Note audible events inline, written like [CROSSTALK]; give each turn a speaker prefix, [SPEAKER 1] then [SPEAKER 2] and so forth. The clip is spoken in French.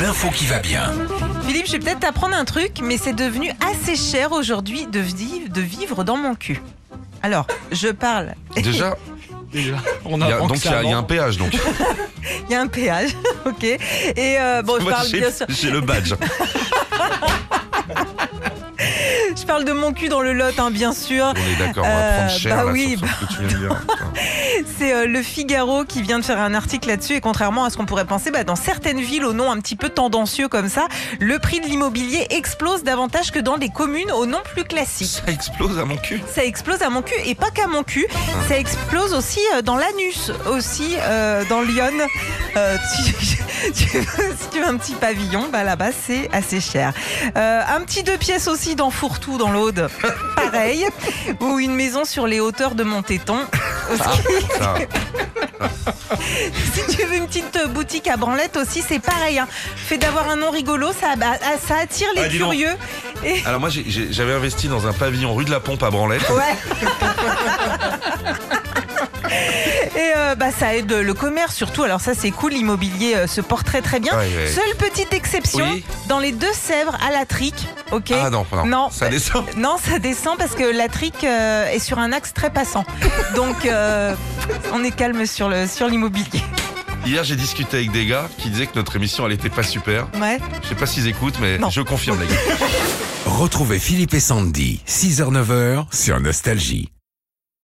[SPEAKER 1] L'info qui va bien.
[SPEAKER 2] Philippe, je vais peut-être t'apprendre un truc, mais c'est devenu assez cher aujourd'hui de, vi- de vivre dans mon cul. Alors, je parle.
[SPEAKER 3] Déjà,
[SPEAKER 4] Déjà, on
[SPEAKER 3] il y a-
[SPEAKER 4] apprend que
[SPEAKER 3] donc il y,
[SPEAKER 4] ça
[SPEAKER 3] a- il y a un
[SPEAKER 4] avance.
[SPEAKER 3] péage donc.
[SPEAKER 2] [LAUGHS] Il y a un péage, [LAUGHS] ok Et euh, bon, je
[SPEAKER 3] [LAUGHS] Moi,
[SPEAKER 2] parle
[SPEAKER 3] j'ai-
[SPEAKER 2] bien sûr.
[SPEAKER 3] J'ai le badge.
[SPEAKER 2] Je parle de mon cul dans le Lot, hein, bien sûr.
[SPEAKER 3] On est d'accord, on va
[SPEAKER 2] Euh,
[SPEAKER 3] prendre cher
[SPEAKER 2] bah
[SPEAKER 3] là,
[SPEAKER 2] oui,
[SPEAKER 3] sur ce que tu viens de
[SPEAKER 2] [LAUGHS]
[SPEAKER 3] dire.
[SPEAKER 2] C'est euh, le Figaro qui vient de faire un article là-dessus. Et contrairement à ce qu'on pourrait penser, bah, dans certaines villes au nom un petit peu tendancieux comme ça, le prix de l'immobilier explose davantage que dans les communes au nom plus classique.
[SPEAKER 3] Ça explose à mon cul.
[SPEAKER 2] Ça explose à mon cul et pas qu'à mon cul. Ça explose aussi euh, dans l'anus, aussi euh, dans Lyon. Euh, tu- [LAUGHS] tu veux- si tu veux un petit pavillon, bah là-bas c'est assez cher. Euh, un petit deux pièces aussi dans Fourtou, dans l'Aude, pareil. Ou une maison sur les hauteurs de Montéton. Aussi,
[SPEAKER 3] Ça,
[SPEAKER 2] [LAUGHS] si tu veux une petite euh, boutique à branlette aussi, c'est pareil. hein. Fait d'avoir un nom rigolo, ça, bah, ça attire les
[SPEAKER 3] Ah, dis donc.
[SPEAKER 2] curieux.
[SPEAKER 3] Alors moi j'ai- j'ai- j'avais investi dans un pavillon rue de la Pompe à Branlette.
[SPEAKER 2] Oh, Ouais. [LAUGHS] Et euh, bah, ça aide le commerce surtout. Alors ça c'est cool, l'immobilier euh, se porte très très bien.
[SPEAKER 3] Ouais, ouais.
[SPEAKER 2] Seule petite exception,
[SPEAKER 3] Oui.
[SPEAKER 2] dans les Deux-Sèvres à la trique, ok
[SPEAKER 3] Ah non, non,
[SPEAKER 2] Non.
[SPEAKER 3] ça descend.
[SPEAKER 2] Non, ça descend parce que la trique euh, est sur un axe très passant. Donc euh, on est calme sur le sur l'immobilier.
[SPEAKER 3] Hier j'ai discuté avec des gars qui disaient que notre émission elle était pas super.
[SPEAKER 2] Ouais.
[SPEAKER 3] Je sais pas s'ils écoutent mais
[SPEAKER 2] Non.
[SPEAKER 3] je confirme les gars.
[SPEAKER 1] Retrouvez Philippe et Sandy, 6h-9h sur Nostalgie.